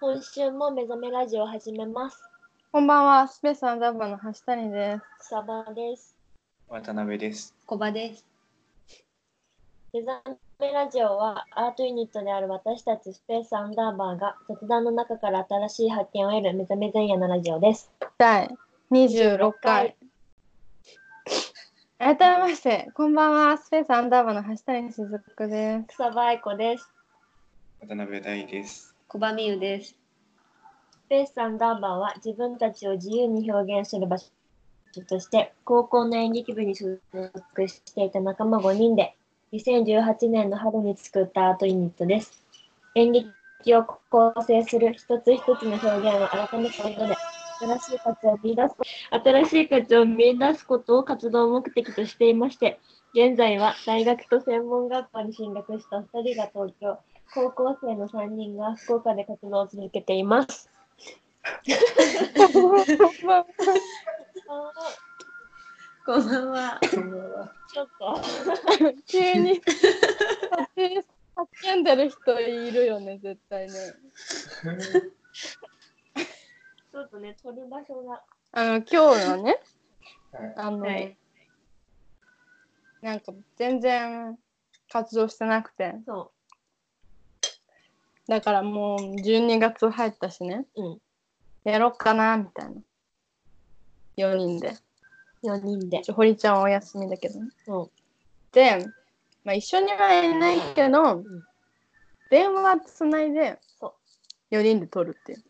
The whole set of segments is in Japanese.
今週も目覚めラジオを始めます。こんばんは、スペースアンダーバーの橋谷です。草場です。渡辺です。小場です。目覚めラジオはアートユニットである私たちスペースアンダーバーが雑談の中から新しい発見を得る目覚め前夜のラジオです。第26回。改めまして、こんばんは、スペースアンダーバーの橋谷しずくです。草場愛子です。渡辺大です。小場美優です。スペースアンダーバーは自分たちを自由に表現する場所として高校の演劇部に所属していた仲間5人で2018年の春に作ったアートユニットです。演劇を構成する一つ一つの表現を改めたことで新しい価値を見出す新しい価値を見出すことを活動目的としていまして現在は大学と専門学校に進学した2人が東京高校生の3人が福岡で活動を続けています。こんばんはこんばんは。ちょっと 急に、急に叫んでる人いるよね、絶対ね。ちょっとね、撮る場所が。あの、今日のね、はいあの、はいなんか全然活動してなくて、そだからもう12月入ったしね、う。うん。やろっかな、みたいな。4人で。 4人で。ちょ堀ちゃんはお休みだけどね。そで、まあ、一緒にはいないけど、ん電話つないでそ4人で撮るっていう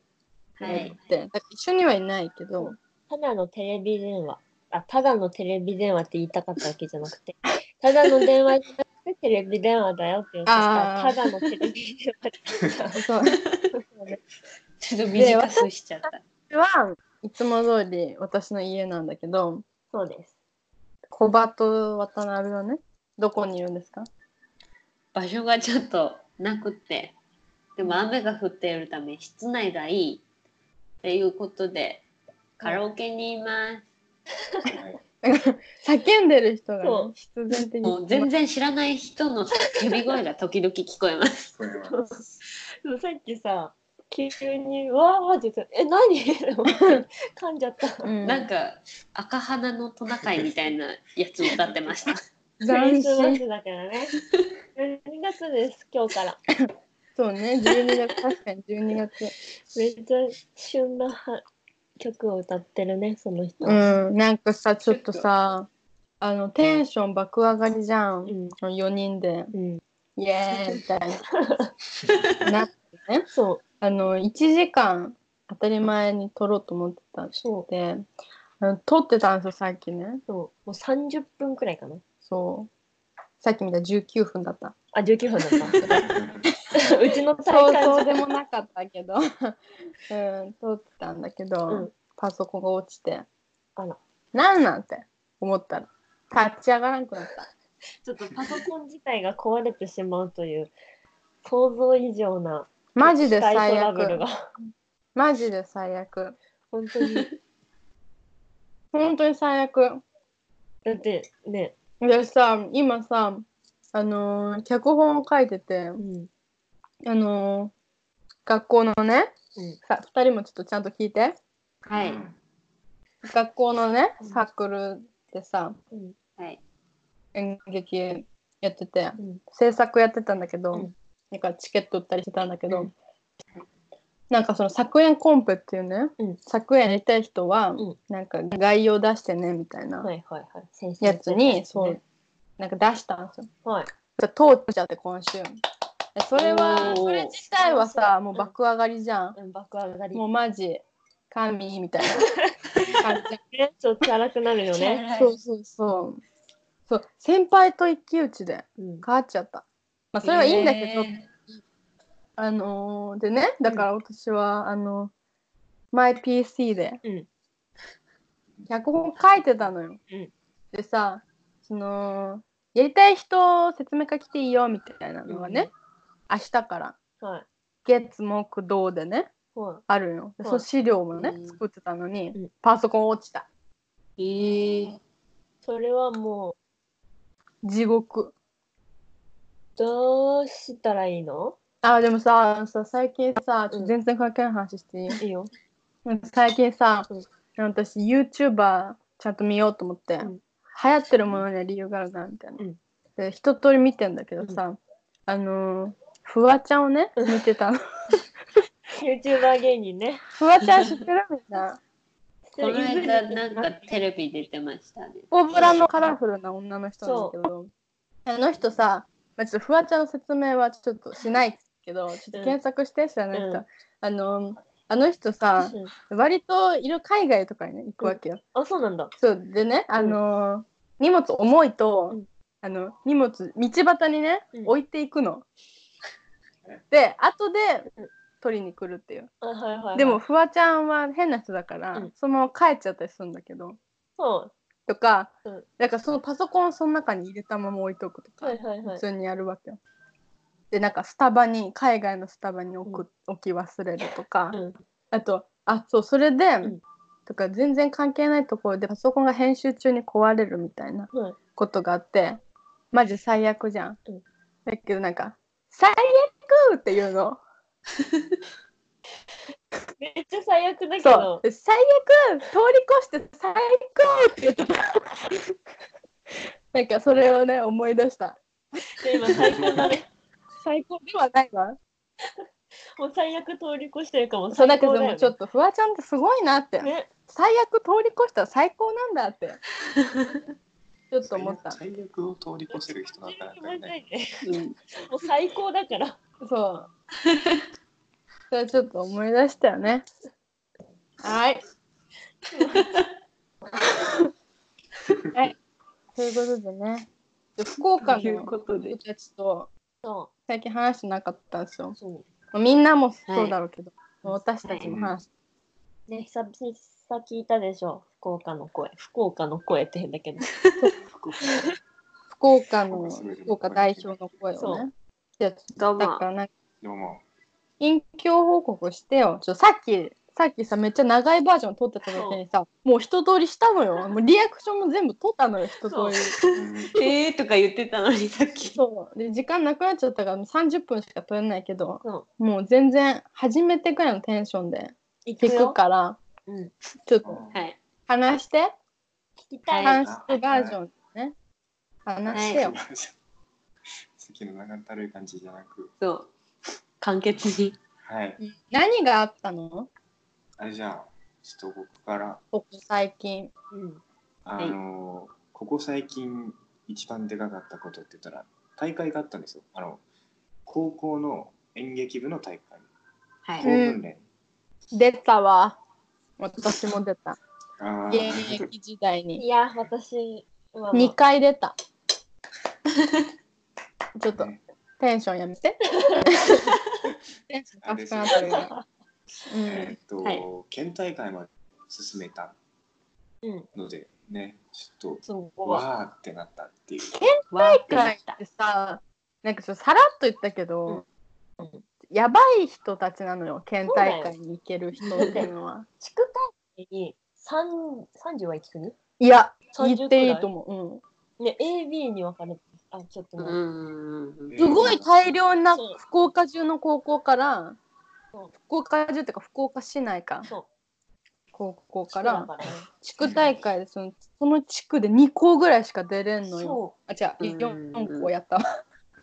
はやい。って、だから一緒にはいないけど、う。ただのテレビ電話。あ、ただのテレビ電話って言いたかったわけじゃなくて、 ただの電話じゃなくてテレビ電話だよって言うから、あただーのテレビ電話って言 った。そうちょっと短くしちゃった。はいつも通り私の家なんだけどそう です。小バと渡辺はねどこにいるんですか場所がちょっとなくて、でも雨が降っているため室内がいいっていうことでカラオケにいまはい叫んでる人が、そね、必然的す。にもう全然知らない人の叫び声が時々聞こえます。これはでもさっきさ、急に、わーって言って、え、何 と思って噛んじゃった。うん、なんか赤鼻のトナカイみたいなやつ歌ってました。斬クリスマ新スだからね。12月です、今日から。そうね12月 確かに12月めっちゃ旬な曲を歌ってるね、その人。うんなんかさちょっとさあのテンション爆上がりじゃんうん4人でうん、イエーイみたいな なそう、あの1時間当たり前に撮ろうと思ってたんそであの撮ってたんですよさっきねそう、もう30分くらいかな。そうさっき見たら19分だったあ、19分だった。 うちの大会そうでもなかったけど、 うん、撮ってたんだけど、うんパソコンが落ちてあらなんなんて思ったら立ち上がらなくなったちょっとパソコン自体が壊れてしまうという想像以上なマジで機械最トラブル悪がマジで最悪本当に本当に最悪だってね、でさ今さあのー脚本を書いててうん、あのー学校のね、うんさ2人もちょっとちゃんと聞いてはい。学校のねうんサークルでさうん、はい。演劇やっててうん、制作やってたんだけど、うんなんかチケット売ったりしてたんだけど、うんなんかその作演コンペっていうね、うん作演やりたい人は、んなんか概要出してねみたいなはいはいはい、先生やつに、そう、ねなんか出したんですよ。はい、じゃ通っちゃって今週それはおーそれ自体はさうんもう爆上がりじゃん、うん爆上がり、もうマジ神みたいな感じね、ちょっとチャラくなるよね。そうそうそうそう先輩と一騎打ちでうん、変わっちゃったまあそれはいいんだけど、あのーでねだから私は、あのマイ PC で、うん脚本書いてたのよ、うんでさそのやりたい人説明書きていいよみたいなのがね、明日からはい、月木土でねはあるよはいでその資料もね、うん作ってたのに、うんパソコン落ちたえー、い、それはも地獄うどうしたらいいの？あでもさあのさ最近さちょっと全然関係ない話して いい、いいよ。最近さ、うん私 YouTuber ちゃんと見ようと思って、うん流行ってるものには理由があるなみたいな、うんで一通り見てんだけどさ、あのーフワちゃんをね見てたの YouTuber 芸人ね。フワちゃん知ってるみんなこの間なんかテレビ出てましたね。大ブラのカラフルな女の人なんだけどあの人さ、まあ、ちょっとフワちゃんの説明はちょっとしないけどちょっと検索して知らない人、うんあのーあの人さうん割といる海外とかに、ね、行くわけよ、あ、そうなんだ。そうでね、あのー荷物重いと、うんあの荷物道端にね、うん置いていくのうん。で後でうん取りに来るっていう。あはいはいはい。でも、フワちゃんは変な人だから、うんそのまま帰っちゃったりするんだけどそとか、うんなんかそのパソコンをその中に入れたまま置いとくとう。か、はいはいは普い。通にやるわけよ。でなんかスタバに海外のスタバに置く、置き忘れるとか。うんあとあそうそれで、んとか全然関係ないところでパソコンが編集中に壊れるみたいなはいことがあってマジ最悪じゃん、うんだけどなんか「最悪!」って言うのめっちゃ最悪だけそうど。で最悪通り越して「最高!」って言ったなんかそれをね思い出したで今最高だね。 最高ではないわもう最悪通り越してるかも。そう最だけ高どだよもねちょっとフワちゃんってすごいなって、ね。最悪通り越したら最高なんだって ちょっと思った最悪を通り越せる人なんだな全然 ないねうん、もう最高だから。そう。それちょっと思い出したよね。はい。 はい。ということでね、福岡というのことで人。たちとそ最近話してなかったんですよう。。そみんなもそうだろうけど、私たちもは話しう。ね、久々に聞いたでしょ。福岡の声。福岡の声って変だけど。福岡のそうですね福岡代表の声そをねう。じゃあちどょうっとだもか。らなんかどうも。近況報告してよ。ちょっとさっき、さっきさ、めっちゃ長いバージョン撮ってた時にさ、もう一通りしたのよ。もうリアクションも全部撮ったのよ、一通り。うんえーとか言ってたのにさっき。そう。で、時間なくなっちゃったから、もう30分しか撮れないけど、そもう全然、初めてくらいのテンションでう。行聞く。から、うん。聞ちょっとはい。話して、きたい。は話いしてバージョンね。話してよ。さっきの長ったるい感じじゃなく、そう。簡潔に。はい。何があったのあれじゃあ、ちょっと僕から、ここ最近。うん。あの、ここ最近一番でかかったことって言ったら、大会があったんですよ。あの、高校の演劇部の大会、は高うんい。訓練。出たわ。私も出た。あ現ー役時代にい。や、私はもう。 2回 出たちょっとテンションやめ てテンション熱くなってるからうんえーっと、はい県大会まで進めたうん。ので、ね、ちょっすと、ごい。わーってなっ たっていう。わーってな大会っ。ったてさなんかちょっとさらっと言ったけど、うんうんやばい人たちなのよ県大会に行ける人っていうのは地区大会に三三十は行くね。いや30言っていいと思ね、A. B. に分かれて。あ、ちょっとうね。んうんうん。う、うん、すごい大量なそう福岡中の高校からそう福岡中っていうか福岡市内かそう。高校地区かだらからね。地区大会でそのその地区で2校ぐらいしか出れんのよ。そあ、じゃあ、うん4校やったわ。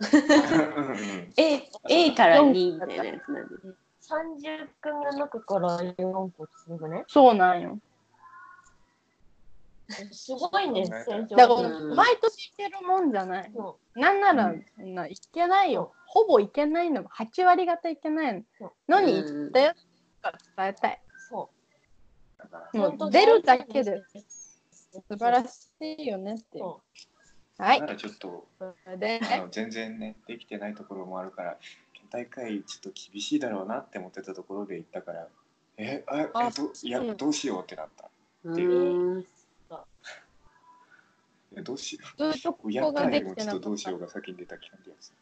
うん、 A, A から2みたいなやつなんでう。三十分の中から四個すごね。そうなんよ。すごいね、選手だかはら、うん毎年行けるもんじゃない。そなんなうらん、そんな行けないよ。ほぼ行けないの。8割方行けないそうのに行ったよ。伝えたい。う。そだからう。も本う当出るだけで。素素晴らししいよねっていう。そはいな。らちょっとそれで、あの全然ねできてないところもあるから県大会ちょっと厳しいだろうなって思ってたところで行ったからえああえどいやうんどうしようってなったうーん。えどうしよずっとこうやこったがよでりきもてちょっなかとったどうしようが先に出た感じがする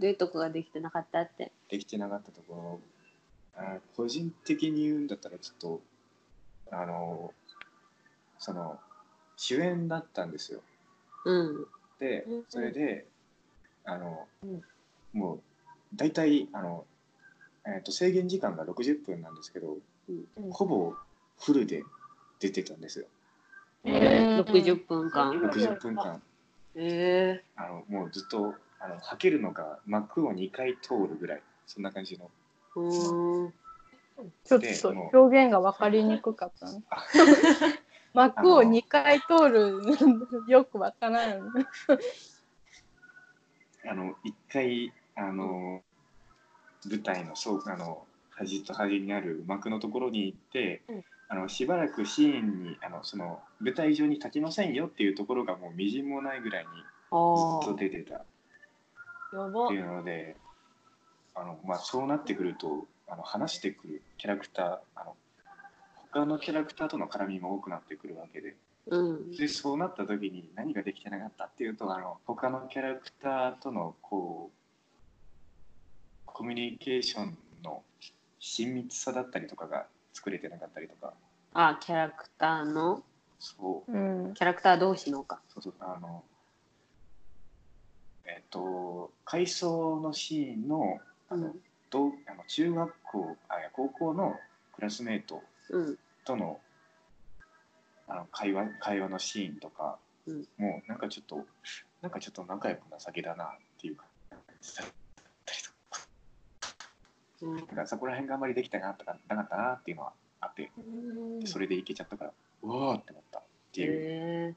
どういうとこができてなかったって。できてなかったところあ個人的に言うんだったらちょっとあのその主演だったんですようん。でうんうんそれであの、うんもう大体あの、えー、と制限時間が60分なんですけど、うんほぼフルで出てたんですよえー、うん60分間。 60分間えあのもうずっとあのはけるのが幕を2回通るぐらいそんな感じのー、うーん。ちょっでともう表現が分かりにくかったねあ。幕をあの2回通るよくわからん。あの一回あの舞台のそうあの端と端にある幕のところに行って、うんあのしばらくシーンにあのその舞台上に立ちませんよっていうところがもうみじんもないぐらいにあずっとー出てたっやばていうのであの、まあ、そうなってくるとあの話してくるキャラクターあの他のキャラクターとの絡みも多くなってくるわけでうん。でそうなった時に何ができてなかったっていうとあの他のキャラクターとのこうコミュニケーションの親密さだったりとかが作れてなかったりとかあ、キャラクターの、そううん。キャラクター同士のか。そうそうあのえっ、と回想のシーンのあの,、うんどうあの中学校あいや高校のクラスメートうん。とのあの会話会話のシーンとか、うんもうなんかちょっとなんかちょっと仲良くな先だなっていうかうんなんかそこら辺があんまりできたなとかなかったなっていうのはあってうんでそれでいけちゃったからうわーって思ったっていう、えー、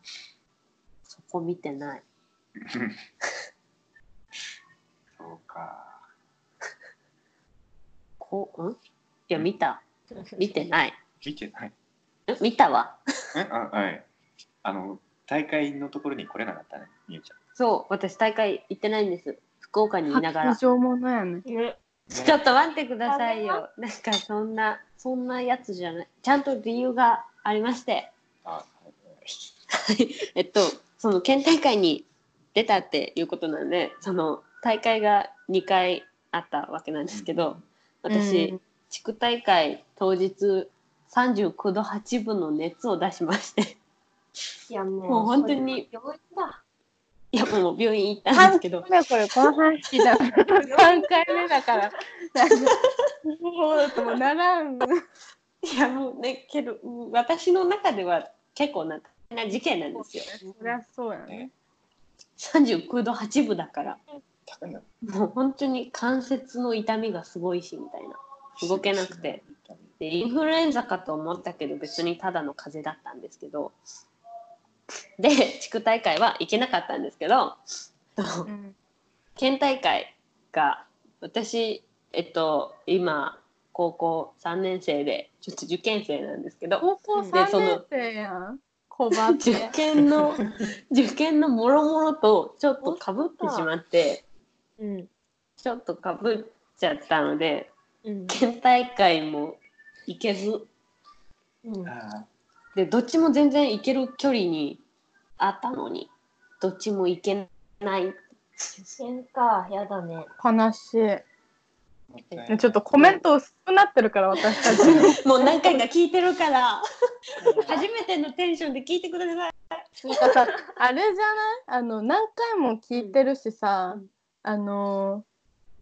そこ見てない。そうかこう、んいや、見た。見てない。見てないえ見たわ。えあはいあの大会のところに来れなかったねみゆちゃんそう、私大会行ってないんです。福岡にいながら。白状もないよね。ね ちょっと待ってくださいよ。なんかそんな、そんなやつじゃない。ちゃんと理由がありまして。あはいえっと、その県大会に出たっていうことなんで、その大会が2回あったわけなんですけど、私、うん地区大会当日39度8分の熱を出し まして、いやもうもう本当に病院だいやもう病院行ったんですけど、だこれこの話だ。三回目だ から。なんかもうともならん。いやもうね、けどうん私の中では結構なんか大変な事件なんですよ。そりゃそうやね。 39度8分だから。高いなもう本当に関節の痛みがすごいしみたいな動けなくてでインフルエンザかと思ったけど別にただの風邪だったんですけどで地区大会は行けなかったんですけどとうん。県大会が私えっと今高校3年生でちょっと受験生なんですけど高校三年生やん。小ばっ受て。験の受験のもろもろとちょっとかぶってしまってうんちょっとかぶっちゃったのでうん県大会も行けずうんあでどっちも全然行ける距離にあったのにどっちも行けない喧嘩やだね悲しい。ーもたいないねちょっとコメント薄くなってるから私たち。 もう何回か聞いてるから 初めてのテンションで聞いてくださいなんかさあれじゃないあの何回も聞いてるしさ、うんあの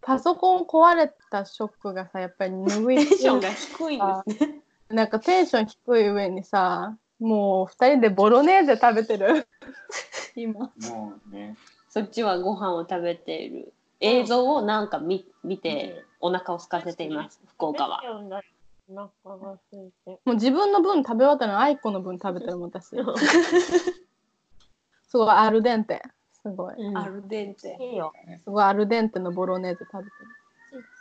パソコン壊れたショックがさやっぱり拭いテンションてが低いんですねなんかテンション低い上にさもう二人でボロネーゼ食べてる今もうねそっちはご飯を食べている映像をなんか見見てねお腹を空かせています福岡はメロンだお腹が空いてもう自分の分食べ終わったのに愛子の分食べてるもん私すごいアルデンテすごいうんアルデンテいいよすごいアルデンテのボロネーゼ食べてる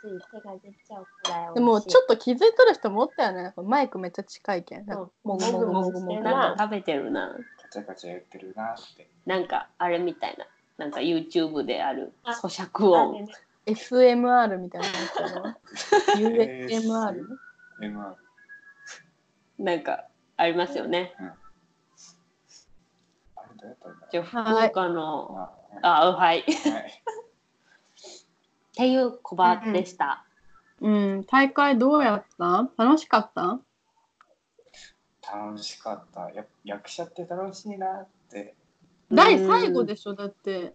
ついつい手が出ちゃうくらいでもちょっっと気づいとる人もおったよねなんかマイクめっちゃ近いけんなんかそうもぐもぐもぐもぐなんか食べてるなカチャカチャやってるなってなんかあれみたいななんか YouTube であるあ咀嚼音 SMR みたいなや つやろ ASMR USMR でまなんかありますよね。ああれどうやったんだじゃあ福はい岡の、まああうんはいっはいていう小バでした。うん大会どうやった楽しかった楽しかったや役者って楽しいなって第最後でしょだって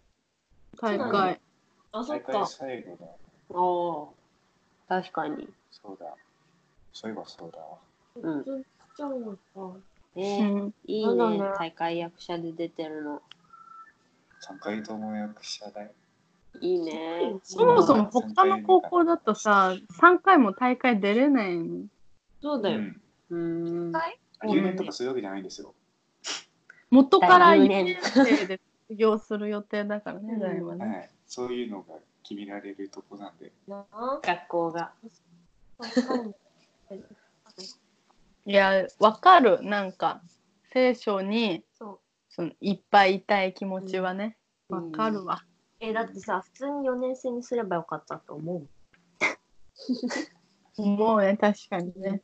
大そうな会あそっ大会か最後のおー確かに。そうだ。そういえばそうだわ。うん。ちゃうのか。ねえうんいいそうだねね。大会役者で出てるの。 3回とも役者だよ。いいね。そもそも他の高校だとさ、3回も大会出れないの。そううだよ。ん。うーん。留年とかそういうわけじゃないんですよ。元から第1二年年生で卒業する予定だからね、大ははね。い。そういうのが決められるとこなんで。なあ。学校が。わかんないいや、わかる。なんか、聖書にそう。そのいっぱいいたい気持ちはね、わかるわ。え、だってさ、普通に4年生にすればよかったと思う。もうね、確かにね。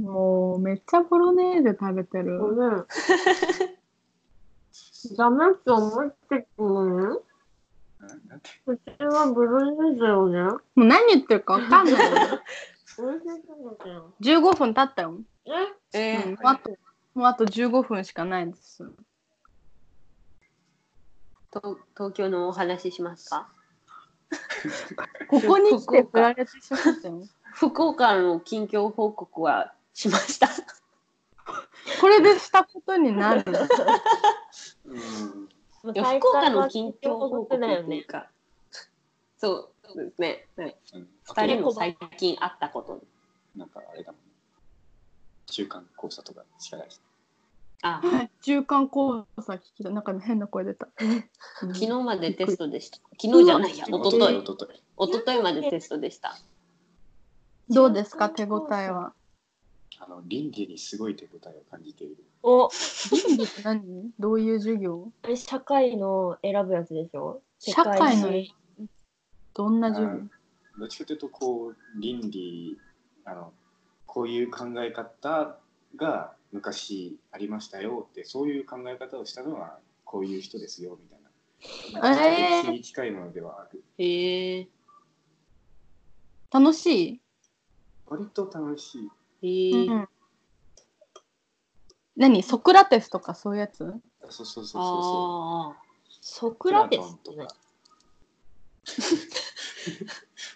もう、めっちゃボロネーゼ食べてごる。めん。ダメって思ってたのね。うんだって普通はブルーネーゼよ ね。もう何言ってるかわかんない。ブルーネーゼなんだよ。 15分経ったよ。ええーうんもうあともうあと15分しかないです。と東京のお話ししますかここに来て振られてしまったよ。福岡の近況報告はしました。これでしたことになる。うん。もういや大福岡会のは近況報告だよっていねう。か、そうですね。はいうん二人も最近会ったこと。なんかあれだもんね。中間交差とかしかないし。あ、中間交差聞きた。なんか変な声出た。昨昨日までテストでした。昨日じゃないや、一昨と日一昨日一昨日までテストでした。どうですか手応えは。あの、倫理にすごい手応えを感じている。お、倫理って何どういう授業え社会の選ぶやつでしょ社会の史どんな授う業んどっちかというと、こう、倫理、あの、こういう考え方が昔ありましたよって、そういう考え方をしたのは、こういう人ですよ、みたいな。えー歴史に近いものではある。へえ。楽し割と楽しい。へい、え。何ソクラテスとかそういうやつあそうそうそうそうそう。あソプクラテスってとねか。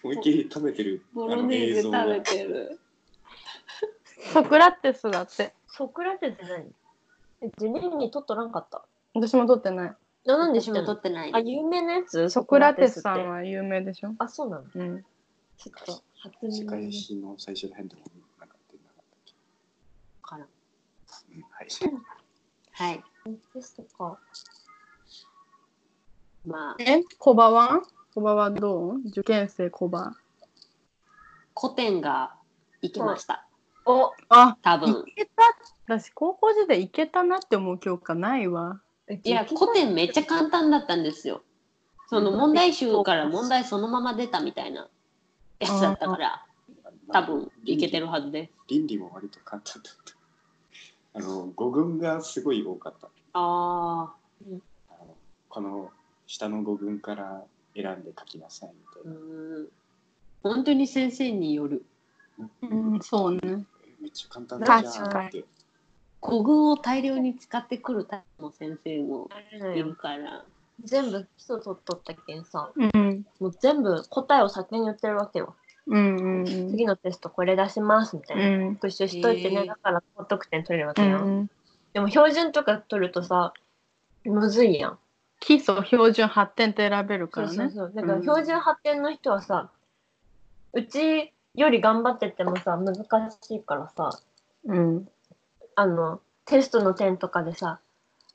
思いっきり食べてるあ、ボロネーゼ食がべてる。ソクラテスだって。ソクラテスって何えジュニーに取っとらんかった。私も取ってない。ななんで私しょも撮ってないあ、。有名なやつソクラテスさってんは有名でしょあ、そうなのうん。ちょっと初世界耳。史の最初ら辺でもなんか出てなかったっけ、からうん、はい。はい。テストか。まあ、えコバはコバはどう受験生コバ。古典が行きました。お、あ多行分。けた私高校時代行けたなって思う教科ないわ。いや、古典めっちゃ簡単だったんですよ。その問題集から問題そのまま出たみたいなやつだったから、多分いけてるはずです。倫理も割と簡単だった。あの語群がすごい多かった。ああのこの下の語群から選んで書きなさいみあ、うたいな。ん。本当に先生による。うん、そうね。めっちゃ簡単だじゃんって。古群を大量に使ってくるタイプの先生もあれだいるよから。全部基礎取っとったけんさ、うん。もう全部答えを先に言ってるわけよ。うんうんうん。次のテストこれ出しますみたいうな。ん。復習しといてへね、ーだから高得点取れるわうけやん。ん、でも標準とか取るとさ、むずいやん。基礎標準発展って選べるかそうらそうそう。ね。だから標準発展の人はさ、うちより頑張ってってもさ、難しいからさ、うん。あの、テストの点とかでさ、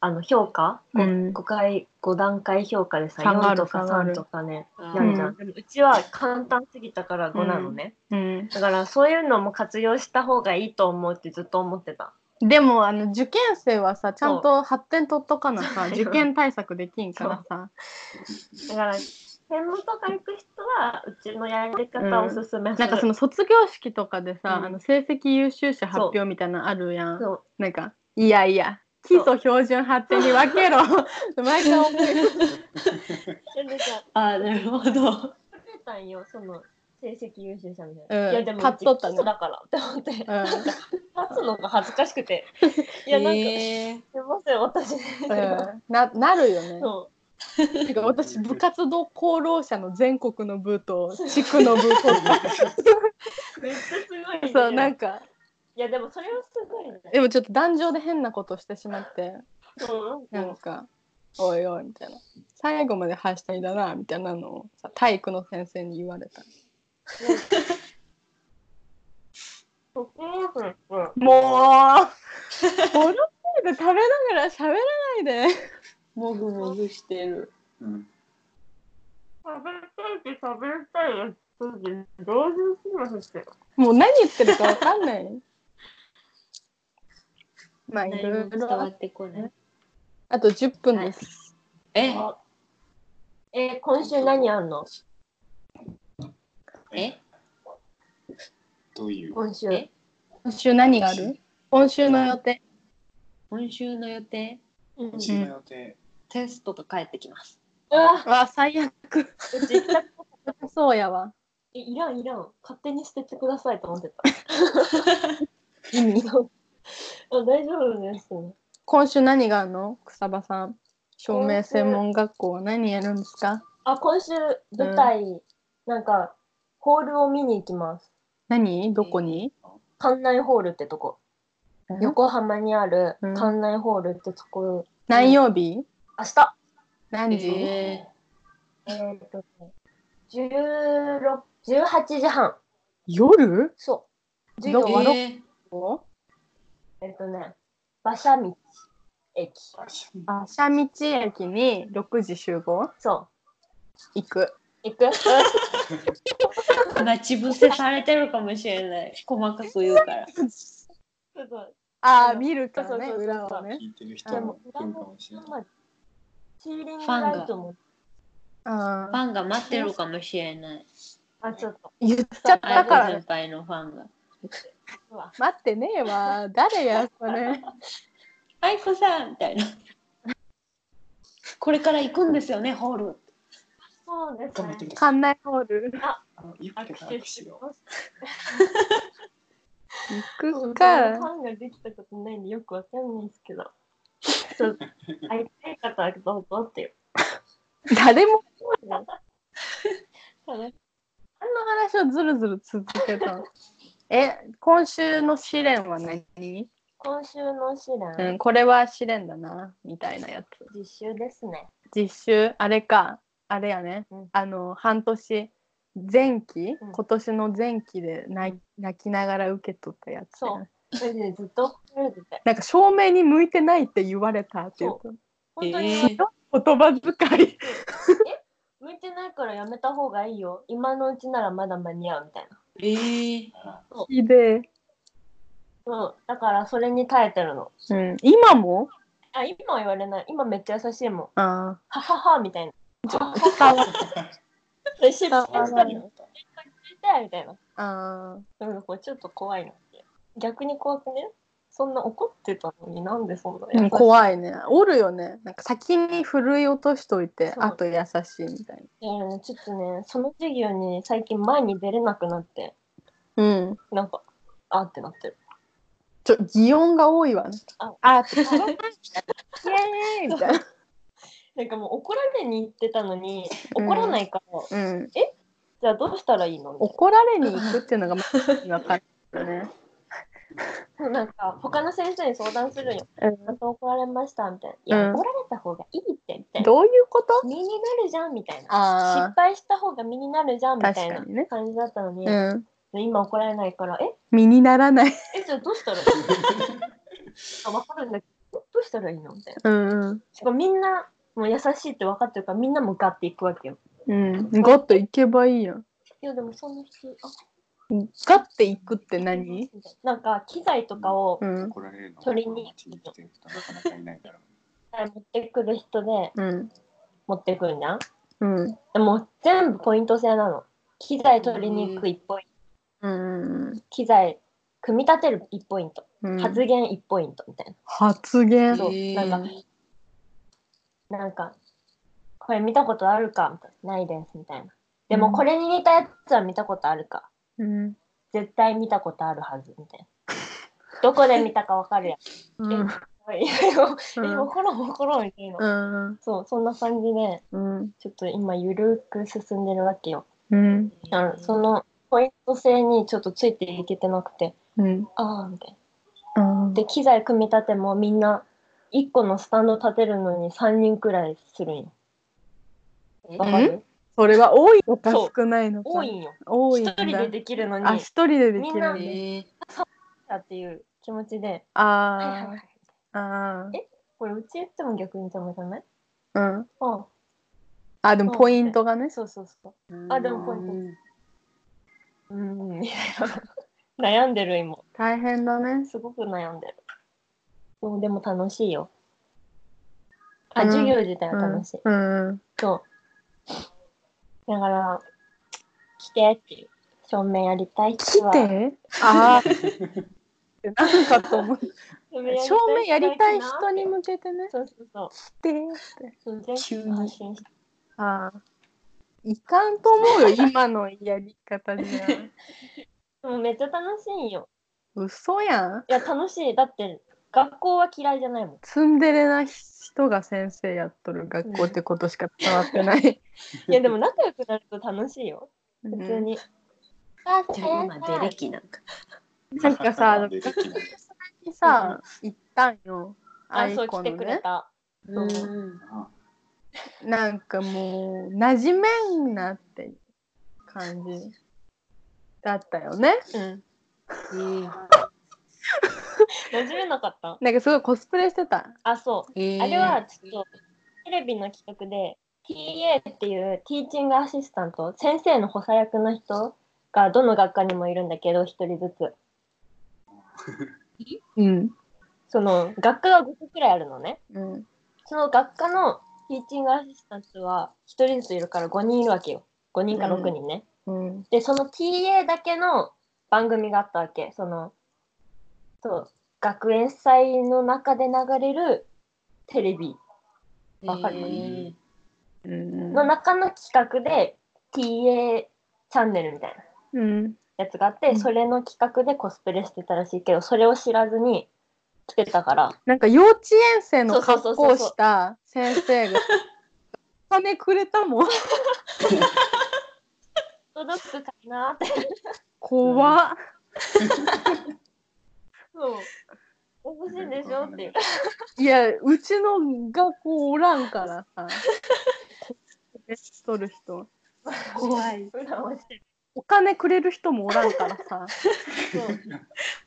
あの、評価、うん5回、5段階評価でさ、下が4るとか下がる3とかね、あやーるじゃん。でもうちは簡単すぎたから5なのね。うん。だからそういうのも活用した方がいいと思うってずっと思ってた。でもあの受験生はさちゃんと発展取っとかな さ受験対策できんからさだから、専門とか行く人は、うちのやり方をおすすめすなる。んかその卒業式とかでさ、うんあの成績優秀者発表みたいなのあるやんそうなんかいやいや基礎標準発展に分けろ毎回思うそれでさあーなるほど。 出てたんよ、その成績優秀者みたいうんな。いや、でも、買っとったねうち基礎だからって思って、立うんつのが恥ずかし くて。いや、なんか、へーすいません、私。うんななるよね。そなんか私部活動功労者の全国の部と地区の 部とめっちゃすごい、ね。そうなんかいやでもそれはすごいね。でもちょっと壇上で変なことしてしまってうんなんか「おいおい」みたいな「最後まではしたいだな」みたいなのをさ体育の先生に言われたそこもすごいもうボロボロで食べながら喋らないでもぐもぐしてる。うん食べたいって食べたいやつ同時にしますして。もう何言ってるかわかん ないまあい何ろもい伝ろわあってこない。あと10分です、ええー、今週何あんのえどういう今週。え今週何がある今週の予定今週の予定うん、今週の予定、テストと帰ってきます。うわわ最悪うち痛くそうやわいいらんいらん勝手に捨ててくださいと思ってた。意味あ大丈夫です。今週何があるの草場さん照明専門学校は何やるんですかあ今週舞台、なんかホールを見に行きます。何どこに、館内ホールってとこ。横浜にあるうん館内ホールってとこ。何曜日明日。何時、ええーっとね、16 18時半。夜そう。授ー、業どこはどこええーっとね、馬車道駅。あしあしゃみち駅に6時集合そう。行く行く ー待ち伏せされてるかもしれない。細かく言うから。ああ見るからそうねそうそう裏をね聞いてる人もいるかもしれない。シーリングライトも。あファンが待ってるかもしれない。あ、ちょっと。言っちゃったあかやこら、先輩のファンが。うわ待ってねえわ誰やそれあいこさんみたいな。これから行くんですよね、ホール。そうです頑張ねって。くださ館い。内ホールあの一歩で握握手手ししよます。行くフかァンができたことないんでよくわかんないんですけど。ちょっと会いたい方はどうぞっていう。誰もそうねあの話をずるずる続けたの え今週の試練は何、今週の試う練、ん、これは試練だなみたいなやつ実習ですね。実習あれかあれやね、うんあの半年前期、うん今年の前期で泣泣きながら受け取ったやつやね、そうマジでずっと怒られてて。なんか証明に向いてないって言われたっていう本当に、えー言葉遣い向いてないからやめた方がいいよ。今のうちならまだ間に合うみたいな。えー、う。あひでそう。だからそれに耐えてるの。え、うん、今もあ、今は言われない。今めっちゃ優しいもん。あはははみた いな。あ伝わ失敗あしたーみった。たいみたいな。あうん、これちょっと怖いなって。逆に怖くねそんな怒ってたのになんでそんなー、うん、い。怖いねおるよねなんか先にふるい落としといてそうあと優しいみたいいやねちょっとね、その授業に最近前に出れなくなって、なうんなんか、あーってなってる。ちょ擬音が多いわ、ねあ、あ ってイエーイみたいななんかもう怒られに行ってたのに、怒らないから、うん、じゃあどうしたらいいのみたいな怒られに行くっていうのがまず分かるよね。なんか他の先生に相談するんよ。うんまた怒られましたみたいな。いうや、ん怒られた方がいいってみたいな。どういうこと身になるじゃんみたいな。失あ敗した方が身になるじゃんみたい確なかにね感じだったのに、あ、うん。今怒られないから、え身にならない。え、じゃあどう したらいいのあわかるんだけど、どうしたらいいのみたいな。うん。しかもみんな、もう優しいって分かってるから、みんなもガっていくわけよ。うん。ガッと行けばいいやん。いや、でもそんな人、あガッて行くって何みたいななんか、機材とかをうん。怒られるの。取りに町に来てる人なかなかいないから。持ってくる人でうん。持ってくるじゃん。うん。でも全部ポイント制なの。機材取りに行く1ポイント、うん。機材組み立てる1ポイント、うん発言1ポイントみたいな。発言。そう、なんか、なんか、これ見たことあるかみたいな。ないです、みたいな。でうもんこれに似たやつは見たことあるか。うん。絶対見たことあるはず、みたいな。どこで見たかわかるやん。うん。いやいやうんえ怒ろう怒ろうみたいな、うんそうそんな感じでうんちょっと今ゆるく進んでるわけようんあのそのポイント制にちょっとついていけてなくてうんああみたいなうんで機材組み立てもみんな1個のスタンド立てるのに3人くらいするんよえわかるそれは多いのかそう少ないのか多いんよ多いん1だ人でできるのにあ一人でできみんるなのねえだっていう気持ちではいはいあはいーあーこれうち言っても逆にダメじゃないうんうんあでもそうポイントがねそうそうそうーあでもポイントうんうんみたいな悩んでる今大変だねすごく悩んでるそうでも楽しいよあ、うん授業自体はうん楽しい、うんうんそうだから来てっていう照明やりたい人来はてああなんかと思う照明やりたい人にも向けてねそうそうそう来てってそう全急部に発信してああいかんと思う よ今のやり方じゃでもめっちゃ楽しいよ嘘やんいや楽しいだって学校は嫌いじゃないもんツンデレな人が先生やっとる学校ってことしか伝わってない。いやでも仲良くなると楽しいよ普普通に、あじゃあ今デレキなんかなんかさ、でできないにさ、行ったんよ。あイそうコ来ンてくれたうんななんかもう、馴染めんなって感じだったよね。うんえ馴染めなかったなんかすごいコスプレしてた。あそうえあれはちょっとテレビの企画で TA っていうティーチングアシスタント先生の補佐役の人がどの学科にもいるんだけど一人ずつうん。その学科が5個くらいあるのねうん。その学科のティーチングアシスタントは一人ずついるから5人いるわけよ5人か6人ね、うん。でその TA だけの番組があったわけそのそう学園祭の中で流れるテレビわかるえうん。の中の企画で TA チャンネルみたいうん。なやつがあって、うんそれの企画でコスプレしてたらしいけどそれを知らずに来てたからなんか幼稚園生の格好そうそうそうをそうした先生が、お金くれたもん。届くかなって怖っ。そう欲しいんでしょっていういや、うちの学校おらんからさ。レス取る人。怖い普段はしてるお金くれる人もおらんからさ。そ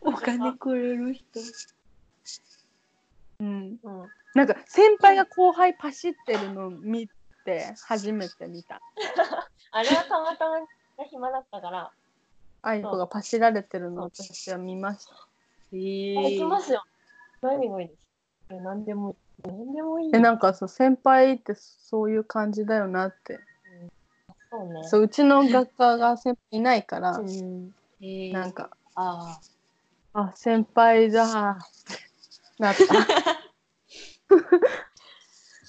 う、お金くれる人うん。うん、なんか先輩が後輩パシってるの見て、初めて見た。あれはたまたま暇だったから愛子がパシられてるの私は見ました。えできますすよ。何がいいですか何でもいい。何でもいい。え、なんかそう、先輩ってそういう感じだよなって。そうね。そう、うちの学科が先輩いないからう、ん。ななんんかか、ああ、先輩じゃあ、なった。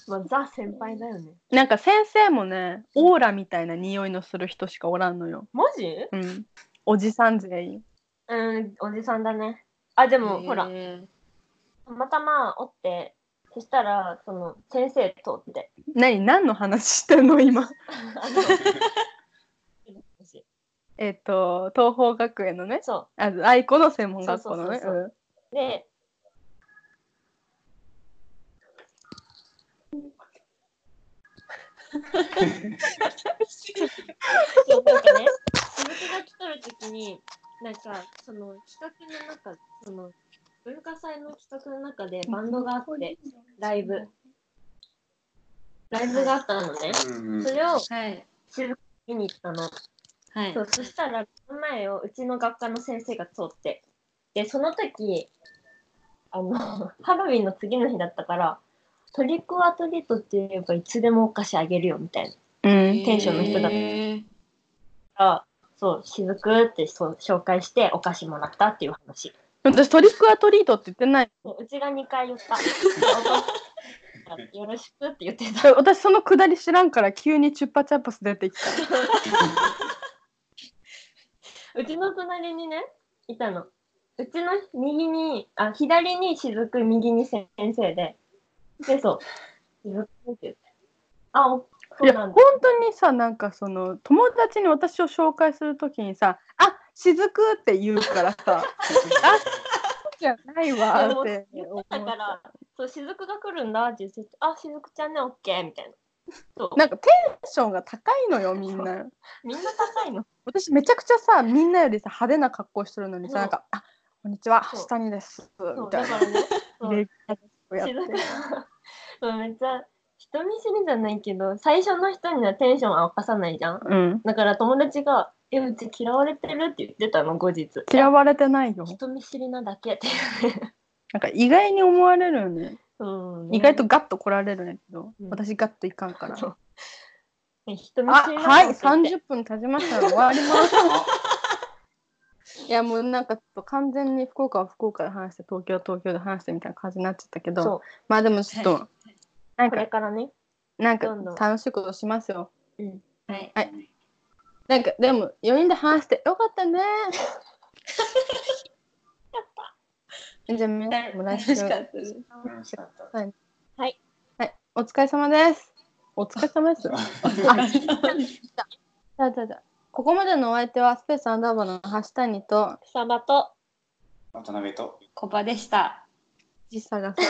まあ、ザ先輩だよね。 なんか先生もね、オーラみたいな匂いのする人しかおらんのよ。マジうん。おじさん全員。うん、おじさんだね。あ、であも、ほら、えたまたまおって、そしたら、その、先生通 って。何何の話してんの今。 あ のえっ、と東邦学園のね、そあ愛子の専門学校のね。そうそうう。で、そうなんかね、続きが来とるときに、なんか、その企画の中、その文化祭の企画の中でバンドがあって、ライブ。ライブがあったのね。うんそれをはい静かに見に行ったの。はいそうそしたら、この前をうちの学科の先生が通って。で、その時、あの、 ハロウィンの次の日だったから、トリックはトリートって言えばいつでもお菓子あげるよみたいな。うん。テンションの人だったえあそう、雫ってそう紹介してお菓子もらったっていう話。私トリックアトリートって言ってない。うちが2回言 った。よろしくって言ってた。私そのくだり知らんから急にチュッパチャッパス出てきた。うちの隣にね、いたの。うちの右に、あ、左に雫、右に先生で。で、そう。雫って言って。あ、おいそうやなん本だ。当にさなんかその友達に私を紹介するときにさ「あ雫」って言 うからさ「あそうじゃないわ」って思っだかたら、そう、雫が来るんだって言ってて、あ、雫ちゃんね、オッケーみたいな。そう。なんかテンションが高いのよみんなみんな高いの。私めちゃくちゃさみんなよりさ派手な格好してるのにそうさなんか「あこんにちはそう橋谷です」そみう、ただいかならね、そうレギュラーやっしてずくはそうめっちゃ人見知りじゃないけど最初の人にはテンションは明かさないじゃんうんだから友達が「えうち嫌われてる?」って言ってたの後日嫌われてないよ人見知りなだけっていうねなんか意外に思われるよね うん意外とガッと来られるんやけど、うん私ガッといかんからそうね人見あ知りはないだけって30分経ちました終わります いやもうなんかちょっと完全に福岡は福岡で話して東京は東京で話してみたいな感じになっちゃったけどそうまあでもちょっと、はなんこれかからねなんどんどんか楽しいことしますようんはい。はいなんかでも4人で話してよかった ねじゃあ皆さんも来楽週しかったです。楽しかったはいお疲れ様ですお疲れ様 ですじゃあじゃあじゃあここまでのお相手はスペースアンダーバーの橋谷と草場と渡辺とコバでした。時差がさんあ